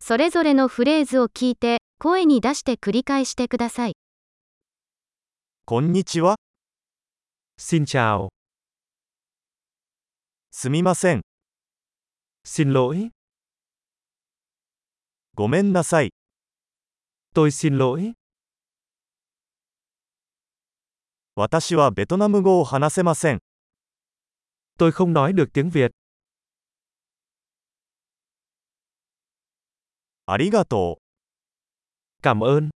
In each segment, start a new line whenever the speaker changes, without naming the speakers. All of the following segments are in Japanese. それぞれのフレーズを聞いて、声に出して繰り返してください。
こんにちは、
Xin chào,
すみません、
xin lỗi,
ごめんなさい、
tôi xin lỗi,
私はベトナム語を話せません、
tôi không nói được tiếng Việt,
ありがと
cảm ơn,
う、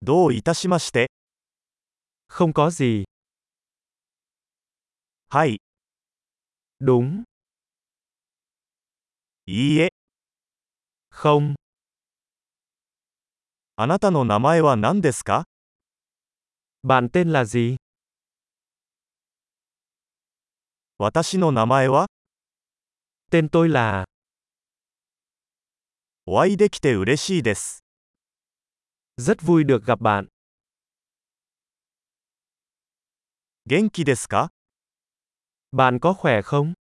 どういたしまして、
không có gì,
はい、
đúng,
いいえ、
không,
あなたの名前は何ですか
bạn tên là gì?
私の名前は、
Tên tôi là,
お会いできて嬉しいです。
rất vui được gặp bạn,
元気ですか
bạn có khỏe không?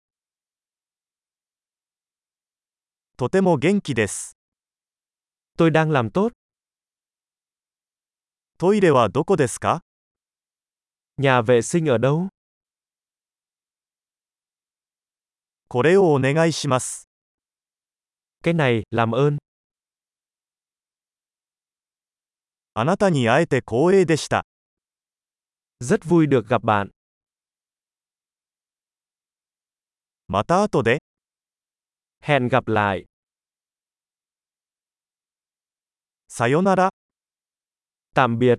とても元気です。
Tôi đang làm tốt,
トイレはどこですか
nhà vệ sinh ở đâu?
これをお願いします。
Cái này, làm ơn,
あなたに会えて光栄でした。
rất vui được gặp bạn,
また後で、
hẹn gặp lại,
さよなら。
tạm biệt.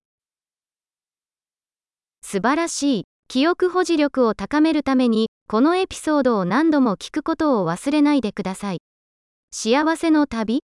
素晴らしい。記憶保持力を高めるために、このエピソードを何度も聞くことを忘れないでください。幸せの旅